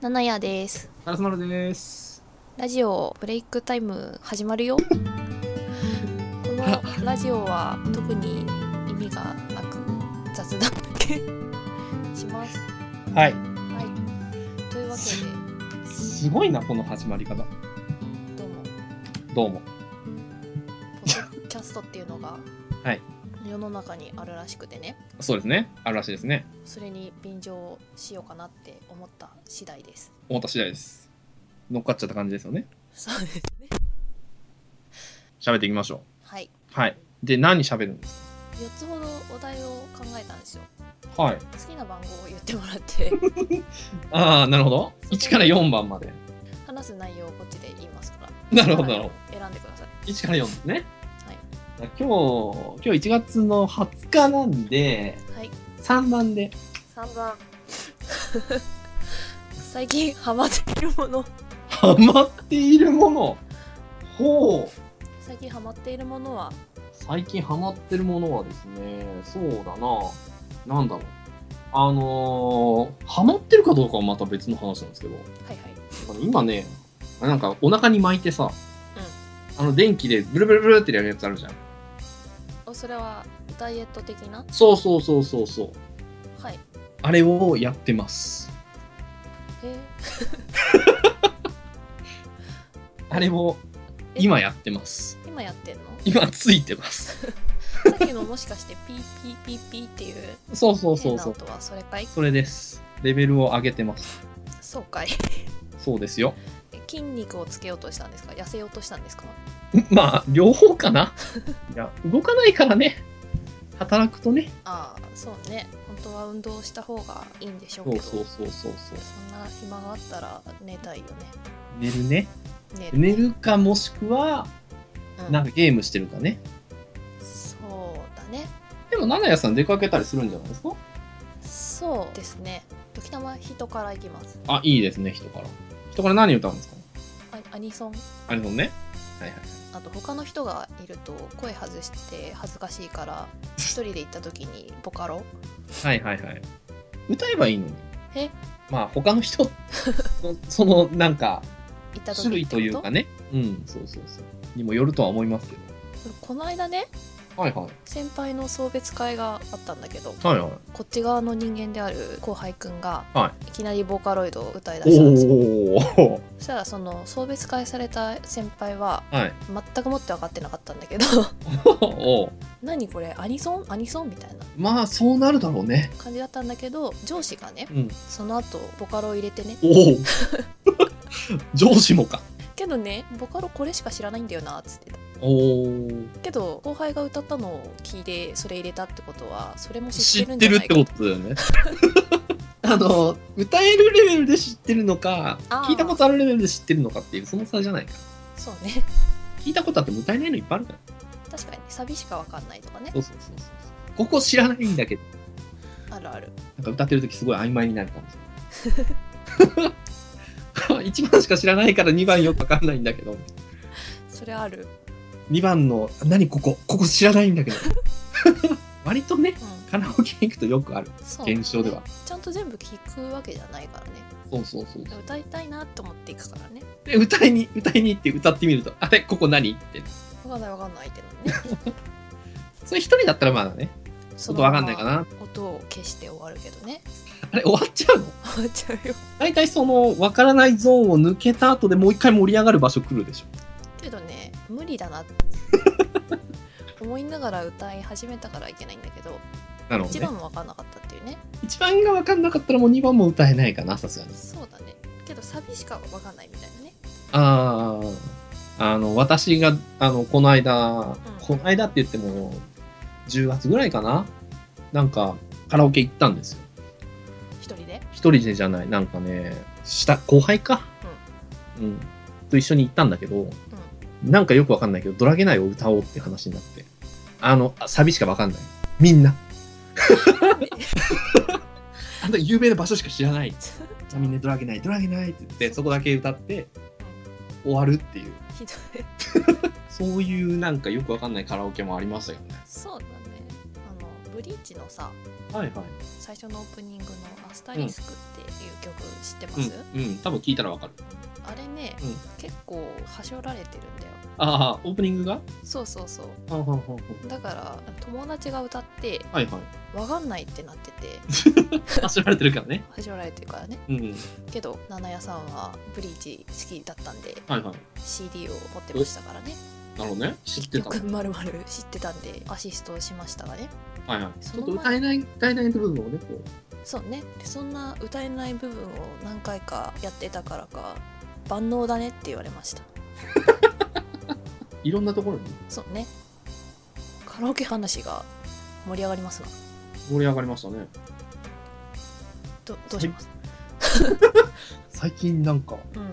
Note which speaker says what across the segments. Speaker 1: 七夜です
Speaker 2: カラスマルです。
Speaker 1: ラジオブレイクタイム始まるよこのラジオは特に意味がなく雑談だけ します
Speaker 2: は
Speaker 1: はい
Speaker 2: い。
Speaker 1: というわけ
Speaker 2: すごいな、この始まり方。
Speaker 1: でどうも
Speaker 2: どうも。
Speaker 1: ポッドキャストっていうのが
Speaker 2: はい
Speaker 1: 世の中にあるらしくてね
Speaker 2: そうですね。あるらしいですね。
Speaker 1: それに便乗しようかなって思った次第です
Speaker 2: 思った次第です。乗っかっちゃった感じですよね。
Speaker 1: そうですね
Speaker 2: 喋っていきましょ
Speaker 1: はい、
Speaker 2: う。はい。で、何喋るんです
Speaker 1: 4つほどお題を考えたんですよ
Speaker 2: かはい。
Speaker 1: 好きな番号を言ってもらって
Speaker 2: ああ、なるほど。1から4番まで。
Speaker 1: 話す内容をこっちで言いますから。
Speaker 2: なるほど、なるほ
Speaker 1: ど。選んでください。
Speaker 2: ど。1から4ですね。
Speaker 1: はい。
Speaker 2: 今日、今日1月の20日なんで、
Speaker 1: はい。
Speaker 2: 3番で。
Speaker 1: 三番。 最近ハマっているもの。
Speaker 2: ハマっているもの。ほう。
Speaker 1: 最近ハマっているものは
Speaker 2: 最近ハマってるものはですね、そうだな、なんだろう。あのー、ハマってるかどうかはまた別の話なんですけど、なん
Speaker 1: はいはい。
Speaker 2: かね今ね、なんかお腹に巻いてさ、あの電気でブルブルブルってやるやつあるじゃん。
Speaker 1: おそれはダイエット的な。
Speaker 2: そうそうそうそうそう。
Speaker 1: はい。
Speaker 2: あれをやってます。
Speaker 1: え
Speaker 2: あれを
Speaker 1: え
Speaker 2: 今やってます。
Speaker 1: 今や ってんの？
Speaker 2: 今ついてます。
Speaker 1: さっきのもしかしてピーピーピーピーっていう
Speaker 2: そうそうそ
Speaker 1: 変
Speaker 2: う
Speaker 1: な
Speaker 2: そう。
Speaker 1: 音はそれかい？
Speaker 2: それです。レベルを上げてます。
Speaker 1: そうかい。
Speaker 2: そうですよ。
Speaker 1: 筋肉をつけようとしたんですか？痩せようとしたんですか？
Speaker 2: んまあ、両方 かな。いや、動かないからね。働くとね。
Speaker 1: ああ、そうね。本当は運動した方がいいんでしょう
Speaker 2: そ
Speaker 1: けど。
Speaker 2: うそうそうそうそう。
Speaker 1: そんな暇があったら寝たいよね。
Speaker 2: 寝るね。
Speaker 1: 寝る
Speaker 2: 寝るかもしくは、
Speaker 1: うん
Speaker 2: なんかゲームしてるかね。
Speaker 1: そうだね
Speaker 2: でも、七谷さん出かけたりするんじゃないですか
Speaker 1: そうですね時たま人からいきます
Speaker 2: あ、いいですね、人から。人から何歌うんですか
Speaker 1: アアニソン
Speaker 2: あれのね。はいはい。
Speaker 1: あと他の人がいると声外して恥ずかしいから一人で行った時にボカロ
Speaker 2: はいはいはい。歌えばいいのに。
Speaker 1: え
Speaker 2: まあ、他の人 の、その、なんか、
Speaker 1: 行った時
Speaker 2: 種類という
Speaker 1: ってこ
Speaker 2: かね。うん、そうそうそう。にもよるとは思いますけ
Speaker 1: この間ね
Speaker 2: ど。はいはい。
Speaker 1: 先輩の送別会があったんだけど
Speaker 2: はいはい。
Speaker 1: こっち側の人間である後輩くんが、、
Speaker 2: はい
Speaker 1: きなりボーカロイドを歌いだしたんですよ
Speaker 2: おー。
Speaker 1: そしたらその送別会された先輩は
Speaker 2: はい。
Speaker 1: 全くもって分かってなかったんだけど
Speaker 2: おー
Speaker 1: 何これアニソンアニソンみたいな
Speaker 2: まあ、そうなるだろうね。
Speaker 1: 感じだったんだけど上司がね
Speaker 2: うん。
Speaker 1: その後ボカロを入れてね
Speaker 2: お お上司もか
Speaker 1: けどねボカロこれしか知らないんだよなっつってた
Speaker 2: おお
Speaker 1: けど後輩が歌ったのを聞いてそれ入れたってことはそれも知
Speaker 2: 知
Speaker 1: ってる
Speaker 2: っ
Speaker 1: んじ
Speaker 2: て
Speaker 1: ゃ
Speaker 2: る
Speaker 1: ない
Speaker 2: っ
Speaker 1: か
Speaker 2: てことだよね あの歌えるレベルで知ってるのか
Speaker 1: あー
Speaker 2: 聞いたことあるレベルで知ってるのかっていうその差じゃないか
Speaker 1: そうね
Speaker 2: 聞いたことあっても歌えないのいっぱいあるから
Speaker 1: 確かにサビしかわかんないとかね
Speaker 2: そうそうそうそうここ知らないんだけど
Speaker 1: あるある
Speaker 2: なんか歌ってる時すごい曖昧になるかもしれ ない1番しか知らないから2番よくわかんないんだけど
Speaker 1: それある
Speaker 2: 2番の「何ここここ知らないんだけ ど」割とね
Speaker 1: うん
Speaker 2: カラオケ行くとよくある
Speaker 1: そう
Speaker 2: 現象では
Speaker 1: ちゃんと全部聞くわけじゃないからね
Speaker 2: そうそうそうそう
Speaker 1: 歌いたいなと思っていくからね
Speaker 2: で歌いに歌いに行って歌ってみるとあれここ何って
Speaker 1: わかんないわかんないってのね
Speaker 2: それ一人だったらまだねち
Speaker 1: ち
Speaker 2: ょっとわかんないかな
Speaker 1: 音を消して終わるけどね
Speaker 2: あれ終わっちゃうの
Speaker 1: 終わっちゃうよ
Speaker 2: 大体そのわからないゾーンを抜けた後でもう一回盛り上がる場所来るでしょ
Speaker 1: けどね無理だなって 思いながら歌い始めたからいけないんだけど
Speaker 2: なるほ
Speaker 1: 一
Speaker 2: どね
Speaker 1: 番も分かんなかったっていうね
Speaker 2: 一番が分かんなかったらもう2番も歌えないかなさすがに
Speaker 1: そうだねけどサビしか分かんないみたいなね
Speaker 2: あーあの私があのこの間、この間って言っても10月ぐらいかななんかカラオケ行ったんですよ
Speaker 1: 一人で
Speaker 2: 一人でじゃないなんかね下後輩か、うんと一緒に行ったんだけど、なんかよくわかんないけど「ドラゲナイ」を歌おうって話になってあのあサビしかわかんないみ んなあんた有名な場所しか知ら ないじゃあみんな「ドラゲナイドラゲナイ」って言ってそこだけ歌って終わるっていう
Speaker 1: ひどい
Speaker 2: そういうなんかよくわかんないカラオケもありましたよね
Speaker 1: そうだねあのブリーチのさ
Speaker 2: はいはい。
Speaker 1: 最初のオープニングの「アスタリスク」っていう曲知ってます、
Speaker 2: うん、うん、多分聞いたらわかる。
Speaker 1: あれね、
Speaker 2: うん
Speaker 1: 結構はしょられてるんだよ
Speaker 2: ああ、オープニングが
Speaker 1: そうそうそう
Speaker 2: はんはんはんは
Speaker 1: だから友達が歌って
Speaker 2: んはいはい。
Speaker 1: わかんないってなって て
Speaker 2: 走られてるからね。
Speaker 1: はしょられてるからね
Speaker 2: うん。
Speaker 1: けど七谷さんはブリーチ好きだったんで
Speaker 2: はいはい。
Speaker 1: CD を持ってましたからね
Speaker 2: なるほどね。知って
Speaker 1: よ
Speaker 2: た。
Speaker 1: くまるまる知ってたんでアシストしましたがね
Speaker 2: はいはい。
Speaker 1: そ
Speaker 2: ちょ
Speaker 1: の前
Speaker 2: っと歌えない、歌えない部分をね、こう。
Speaker 1: そうねでそんな歌えない部分を何回かやってたからか万能だねって言われました
Speaker 2: いろんなところに
Speaker 1: そうねカラオケ話が盛り上がりますが
Speaker 2: 盛り上がりましたね。
Speaker 1: どどうします、
Speaker 2: 最近なんかや
Speaker 1: うん
Speaker 2: っ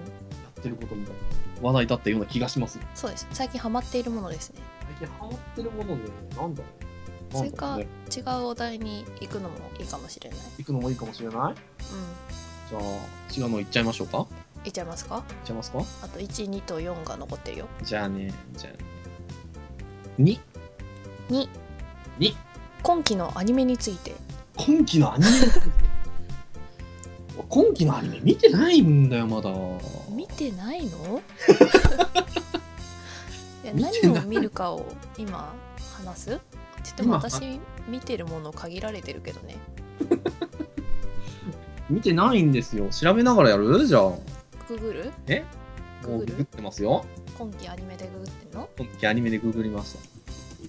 Speaker 2: てることみたいな話題だったような気がします。
Speaker 1: そうです最近ハマっているものですね
Speaker 2: 最近ハマってるものね、なんだろう。
Speaker 1: それか
Speaker 2: なんだろうね
Speaker 1: 違うお題に行くのもいいかもしれない
Speaker 2: 行くのもいいかもしれない
Speaker 1: うん
Speaker 2: じゃあ、違うの行っちゃいましょうか行
Speaker 1: いっちゃいますか
Speaker 2: っちゃいますか
Speaker 1: あと12と4が残ってるよ
Speaker 2: じゃあね、じゃあ、2。
Speaker 1: 2
Speaker 2: に
Speaker 1: 今期のアニメについて
Speaker 2: 今期のアニメについて 今期のアニメ見てないんだよ、まだ。
Speaker 1: 見てない のいや
Speaker 2: 見てない
Speaker 1: 何を見るかを今話すって言っても
Speaker 2: 今
Speaker 1: 私見てるもの限られてるけどね
Speaker 2: 見てないんですよ。調べながらやるじゃあ。も
Speaker 1: ググる
Speaker 2: え
Speaker 1: ググ
Speaker 2: うググっ
Speaker 1: る
Speaker 2: てますよ。
Speaker 1: 今期アニメでググってんの
Speaker 2: 今期アニメでググりました。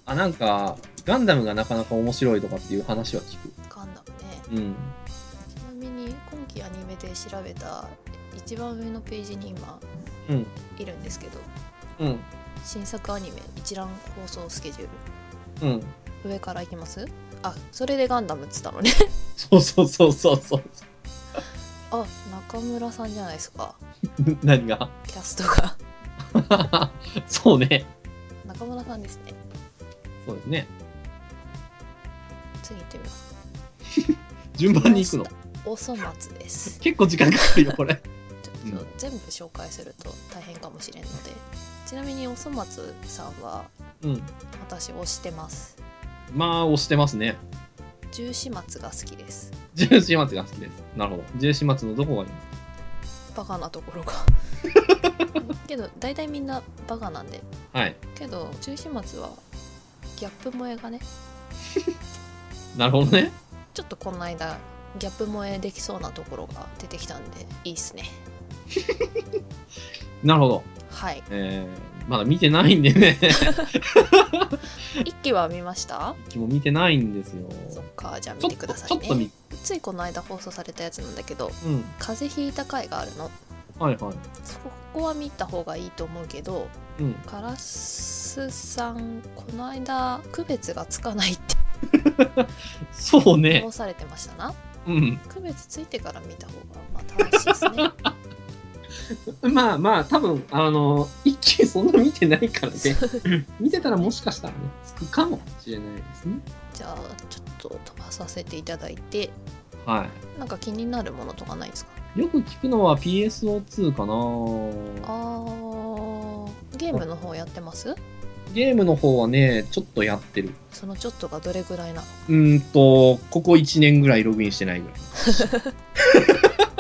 Speaker 2: あ、なんか、ガンダムがなかなか面白いとかっていう話は聞く。
Speaker 1: ガンダムね
Speaker 2: うん。
Speaker 1: ちなみに今期アニメで調べた一番上のページに今
Speaker 2: うん。
Speaker 1: いるんですけど
Speaker 2: うん。
Speaker 1: 新作アニメ一覧放送スケジュー
Speaker 2: うん。
Speaker 1: ル上からいきますあそれでガンダムっつった のね
Speaker 2: そうそうそうそうそう。
Speaker 1: あ中村さんじゃないですか
Speaker 2: 何が
Speaker 1: キャストが
Speaker 2: そうね。
Speaker 1: 中村さんですね
Speaker 2: そうですね。
Speaker 1: 次行ってみます
Speaker 2: 順 番に行くの。
Speaker 1: おそ松です
Speaker 2: 結構時間かかるよ、 これ。
Speaker 1: ちょっと全部紹介すると大変かもしれんのでちなみにおそ松さんは
Speaker 2: うん。
Speaker 1: 私推してます
Speaker 2: まあ、押してますね。
Speaker 1: 十四松が好きです
Speaker 2: ジューシーマツが好きです。なるほど。ジューシーマツのどこがいい
Speaker 1: バカなとこ ろがけど大体みんなバカなんで
Speaker 2: はい。
Speaker 1: けど十四松はギャップ萌えがね
Speaker 2: なるほどね。
Speaker 1: ちょっとこの間ギャップ萌えできそうなところが出てきたんでいいっすね
Speaker 2: なるほど。
Speaker 1: はい
Speaker 2: えー、まだ見てないんでね。
Speaker 1: 一期は見ました
Speaker 2: うちも見てないんですよ。
Speaker 1: そっかじゃあ
Speaker 2: ちょ
Speaker 1: 見
Speaker 2: って
Speaker 1: く
Speaker 2: と、
Speaker 1: ださ
Speaker 2: ちょ
Speaker 1: い
Speaker 2: っと
Speaker 1: ね
Speaker 2: 見、
Speaker 1: ついこの間放送されたやつなんだけど
Speaker 2: うん。
Speaker 1: 風邪ひいた回があるの
Speaker 2: はいはい。
Speaker 1: そこは見た方がいいと思うけど
Speaker 2: うん。
Speaker 1: カラスさんこの間区別がつかないって
Speaker 2: そうね
Speaker 1: 申。されてましたな
Speaker 2: うん。
Speaker 1: 区別ついてから見た方がまあ楽しいですね
Speaker 2: まあまあ、多分あの、一気にそんな見てないからね。 見てたらもしかしたらね、つくかもしれないですね。
Speaker 1: じゃあちょっと飛ばさせていただいて
Speaker 2: は
Speaker 1: なんか気になるものとかないですか
Speaker 2: い。よく聞くのは PSO2 かな
Speaker 1: あーゲームの方やってます
Speaker 2: ゲームの方はね、ちょっとやってる。
Speaker 1: そのちょっとがどれぐらいなの
Speaker 2: うーんと、ここ1年ぐらいログインしてないぐらい。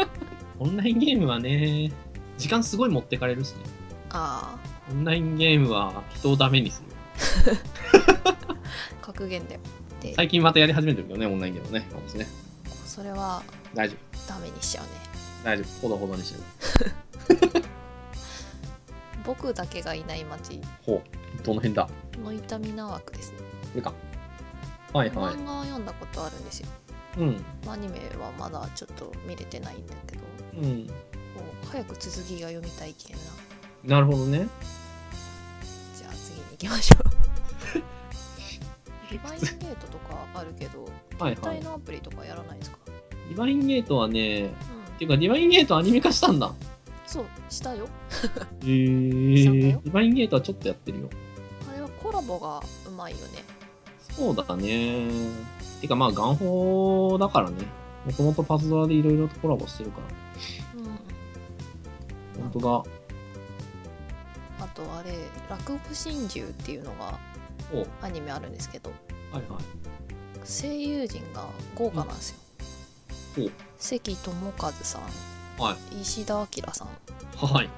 Speaker 2: オンラインゲームはね、時間すごい持ってかれるしね。
Speaker 1: あ
Speaker 2: オンラインゲームは人をダメにする。
Speaker 1: ー格言だよで
Speaker 2: 最近またやり始めてるけどね、オンラインゲームね。そうですね。
Speaker 1: それは
Speaker 2: 大丈夫。
Speaker 1: ダメにしちゃうね
Speaker 2: 大丈夫。ほどほどにしてる。
Speaker 1: 僕だけがいない街
Speaker 2: ほう。どの辺だこ
Speaker 1: の痛みな枠ですね
Speaker 2: れか。はいはい。
Speaker 1: 漫画を読んだことあるんですよ
Speaker 2: うん。
Speaker 1: アニメはまだちょっと見れてないんだけども
Speaker 2: うん。
Speaker 1: う早く続きが読みたいけんな
Speaker 2: なるほどね。
Speaker 1: じゃあ次に行きましょ うリバインゲートとかあるけど
Speaker 2: はいは
Speaker 1: 携
Speaker 2: い
Speaker 1: 帯。のアプリとかやらないですか、
Speaker 2: ディバインゲートはね、
Speaker 1: うん
Speaker 2: ていうかディバインゲートアニメ化したんだ。
Speaker 1: そうしたよ
Speaker 2: へ
Speaker 1: したんだ
Speaker 2: ー
Speaker 1: よ
Speaker 2: ディバインゲートはちょっとやってるよ。
Speaker 1: あれはコラボがうまいよね
Speaker 2: そうだね。てかまあ、ガンホーだからね。もともとパズドラでいろいろとコラボしてるから。
Speaker 1: うん
Speaker 2: 本当
Speaker 1: あとあれ「落語心中」っていうのが
Speaker 2: だ。おはい
Speaker 1: アニメあるんですけど
Speaker 2: はい。
Speaker 1: 声優陣が豪華なんですよ、
Speaker 2: うんほう
Speaker 1: 関智一さん、
Speaker 2: は
Speaker 1: 石田明さん
Speaker 2: はい。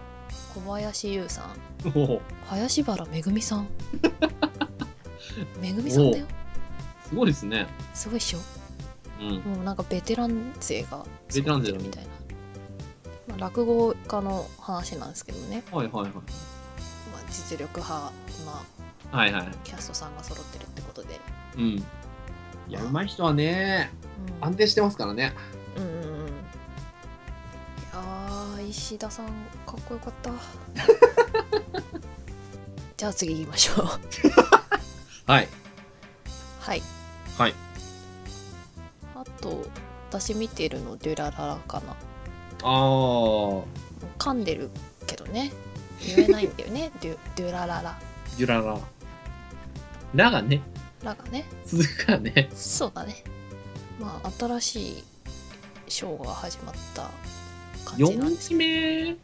Speaker 1: 小林優さん
Speaker 2: おお、
Speaker 1: 林原めぐみ さんめぐみさんだよ
Speaker 2: すごいですね。
Speaker 1: すごいっしょ
Speaker 2: うん。
Speaker 1: もうなんかベテラン勢が
Speaker 2: ベテラン勢
Speaker 1: 揃って
Speaker 2: だね
Speaker 1: るみたいな、まあ、落語家の話なんですけどね、
Speaker 2: はいはいはい。
Speaker 1: まあ、実力派な
Speaker 2: はいはい。
Speaker 1: キャストさんが揃ってるってことで、
Speaker 2: うん。いや、うまい人はね、
Speaker 1: うん、
Speaker 2: 安定してますからね。
Speaker 1: うんうんうんいやー石田さんかっこよかったじゃあ次行きましょう
Speaker 2: はい。
Speaker 1: はい
Speaker 2: はい。
Speaker 1: あと私見てるのデュラララかな
Speaker 2: あー、
Speaker 1: 噛んでるけどね言えないんだよね デュデュラララ
Speaker 2: ゆらら。らがね、
Speaker 1: ラがね
Speaker 2: 続くからね。
Speaker 1: そうだねまあ新しいショーが始まった感じなん
Speaker 2: 4
Speaker 1: です
Speaker 2: 期目なの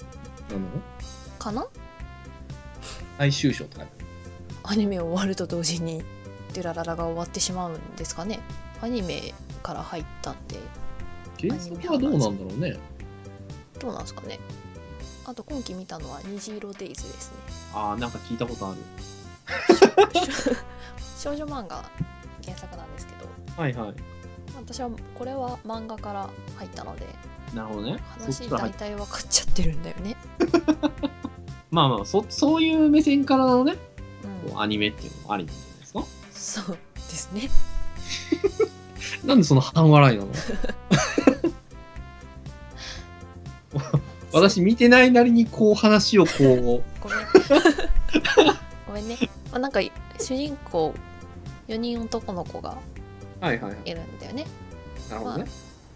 Speaker 1: かな
Speaker 2: 最終章とか
Speaker 1: アニメ終わると同時にデュラララが終わってしまうんですかねアニメから入ったんで
Speaker 2: 原作はどうなんだろうね。
Speaker 1: どうなんですかねあと今期見たのは「虹色デイズ」ですね
Speaker 2: あー、なんか聞いたことある。
Speaker 1: 少女漫画原作なんですけど
Speaker 2: はいはい。
Speaker 1: 私はこれは漫画から入ったので
Speaker 2: なるほどね。そっ
Speaker 1: 話
Speaker 2: ちから入
Speaker 1: 大
Speaker 2: っ
Speaker 1: 体分かっちゃってるんだよね、
Speaker 2: まあまあ、そ、そういう目線からのね、
Speaker 1: うん、
Speaker 2: アニメっていうのもありなんじゃないですか。
Speaker 1: そうですね
Speaker 2: なんでその半笑い なの私見てないなりにこう話をこ
Speaker 1: ごめんごめんね、まあ、なんか主人公4人男の子が
Speaker 2: う。はいはいはい。
Speaker 1: いるんだよね
Speaker 2: なるほ
Speaker 1: ま
Speaker 2: ど
Speaker 1: あ
Speaker 2: ね。、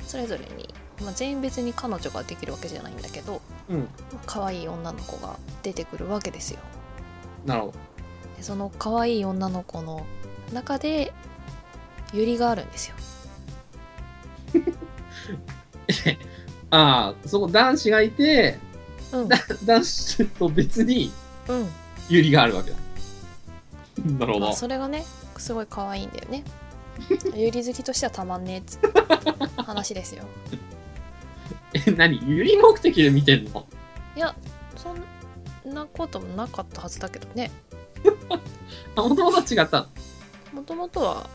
Speaker 1: それぞれに、まあ、全員別に彼女ができるわけじゃないんだけど、
Speaker 2: うん。
Speaker 1: まあ、可愛い女の子が出てくるわけですよ
Speaker 2: なるほ
Speaker 1: でその可愛い女の子の中でユリがあるんですよ
Speaker 2: ど。 ああ、そこ男子がいて、
Speaker 1: うん
Speaker 2: 男子と別に
Speaker 1: うん、
Speaker 2: ユリがあるわけだ。なるほ
Speaker 1: ま
Speaker 2: ど
Speaker 1: あ、。それがねすごい可愛いんだよ ねユリ好きとしてはたまんねえっつ話ですよ
Speaker 2: え、何ユリ目的で見てんの
Speaker 1: そんなこともなかったはずだけどね
Speaker 2: あ、お友達が違ったの
Speaker 1: もともとは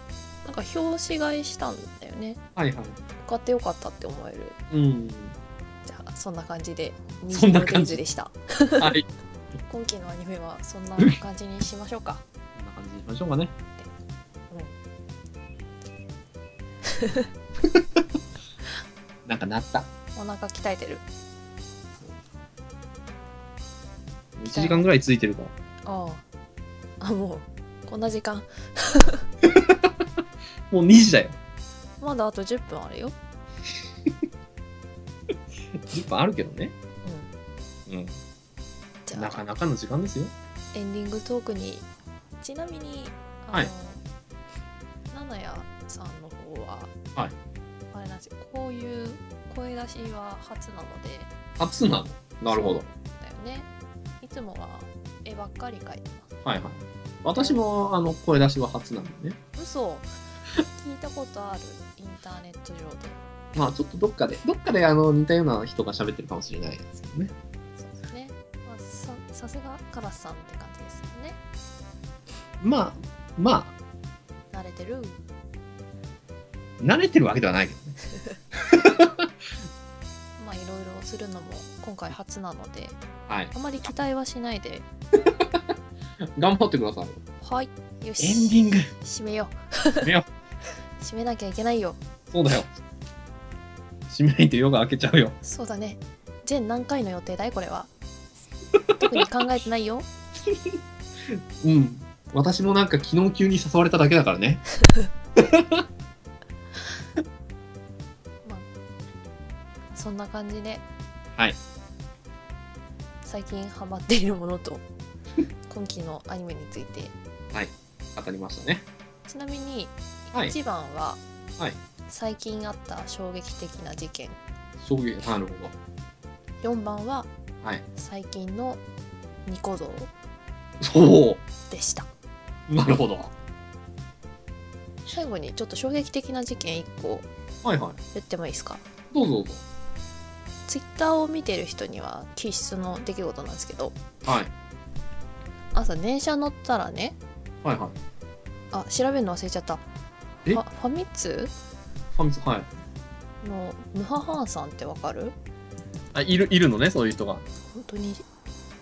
Speaker 1: なんか表紙買いしたんだよね
Speaker 2: はいはい。
Speaker 1: 買ってよかったって思える
Speaker 2: うん。
Speaker 1: じゃあそんな感じで
Speaker 2: そんな
Speaker 1: 虹色
Speaker 2: 感
Speaker 1: レン
Speaker 2: じ
Speaker 1: ズでした
Speaker 2: はい。
Speaker 1: 今期のアニメはそんな感じにしましょ うか
Speaker 2: こんな感じにしましょうかね。なんかなった。
Speaker 1: お腹鍛えてる
Speaker 2: 1時間ぐらいついてるから。
Speaker 1: あああもうこんな時間
Speaker 2: もう2時だよ。
Speaker 1: まだあと10分あるよ
Speaker 2: 10分あるけどね。
Speaker 1: うん
Speaker 2: うん。
Speaker 1: じゃ
Speaker 2: な
Speaker 1: あ
Speaker 2: かなかの時間ですよ。
Speaker 1: エンディングトークにちなみにあの、
Speaker 2: はい
Speaker 1: 七谷さんの方は、
Speaker 2: はい
Speaker 1: あれなんですよこういう声出しは初なので
Speaker 2: 初なのなるほど。
Speaker 1: だよねいつもは絵ばっかり描いてま
Speaker 2: はいはい。私も、あの、声出しは初なんでね。
Speaker 1: す 嘘聞いたことあるインターネット上で
Speaker 2: まあ、ちょっとどっかで、どっかで、あの、似たような人が喋ってるかもしれないですけどね。
Speaker 1: そうですね、まあ、ささすがカラスさんって感じですよね
Speaker 2: まあ、ま
Speaker 1: 慣れてる
Speaker 2: あ、慣れてるわけではないけどね。
Speaker 1: まあいろいろするのも今回初なので
Speaker 2: はい。
Speaker 1: あまり期待はしないで
Speaker 2: 頑張ってください。
Speaker 1: はいよし
Speaker 2: エンディング。
Speaker 1: 締めよ
Speaker 2: 締めよ
Speaker 1: う 締めなきゃいけないよ
Speaker 2: そうだよ。閉めないと夜が明けちゃうよ。
Speaker 1: そうだね全何回の予定だいこれは特に考えてないよ
Speaker 2: うん。私もなんか昨日急に誘われただけだからね。
Speaker 1: そんな感じで
Speaker 2: はい
Speaker 1: 最近ハマっているものと 今期のアニメについて
Speaker 2: 当たりましたね。
Speaker 1: ちなみに
Speaker 2: はい。
Speaker 1: 一番は、
Speaker 2: はい
Speaker 1: 最近あった衝撃的な事件
Speaker 2: 衝撃。なるほど。
Speaker 1: 4番は、
Speaker 2: はい
Speaker 1: 最近のニコ動
Speaker 2: そう。
Speaker 1: でした
Speaker 2: なるほど。
Speaker 1: 最後にちょっと衝撃的な事件1個
Speaker 2: はいはい。
Speaker 1: 言ってもいいですか
Speaker 2: どうぞどうぞ。
Speaker 1: ツイッターを見てる人には必須の出来事なんですけど
Speaker 2: はい。
Speaker 1: 朝電車乗ったらね
Speaker 2: はいはい。
Speaker 1: あ調べるの忘れちゃった
Speaker 2: え
Speaker 1: ファファミ通
Speaker 2: ファミツ、はい。
Speaker 1: のムハハンさんってわかる
Speaker 2: あ、いる、いるのね、そういう人が。
Speaker 1: 本当に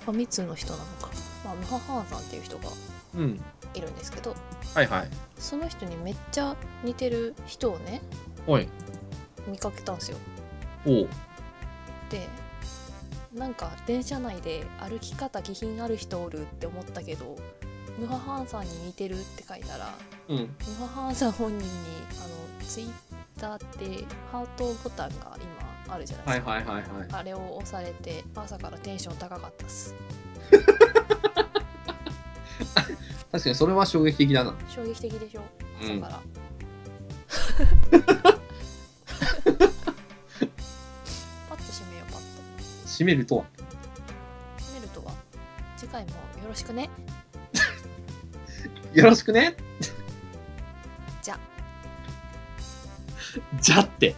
Speaker 1: ファミ通の人なのか、まあ、ムハハンさんっていう人が
Speaker 2: うん。
Speaker 1: いるんですけど
Speaker 2: はいはい。
Speaker 1: その人にめっちゃ似てる人をね
Speaker 2: おい。
Speaker 1: 見かけたんですよ
Speaker 2: おう。
Speaker 1: でなんか電車内で歩き方気品ある人おるって思ったけどムハハンさんに似てるって書いたら
Speaker 2: うん。
Speaker 1: ムハハンさん本人にあのツイッターってハートボタンが今あるじゃないで
Speaker 2: は
Speaker 1: す
Speaker 2: い
Speaker 1: か、
Speaker 2: はいはいはい。
Speaker 1: あれを押されて朝からテンション高かったっす
Speaker 2: 確かにそれは衝撃的だな。
Speaker 1: 衝撃的でしょ
Speaker 2: う
Speaker 1: 朝
Speaker 2: ん
Speaker 1: か。 ら、パッと閉めようパッと
Speaker 2: 閉めるとは。
Speaker 1: 閉めるとは次回もよろしくね
Speaker 2: よろしくね。
Speaker 1: じゃ。
Speaker 2: じゃって。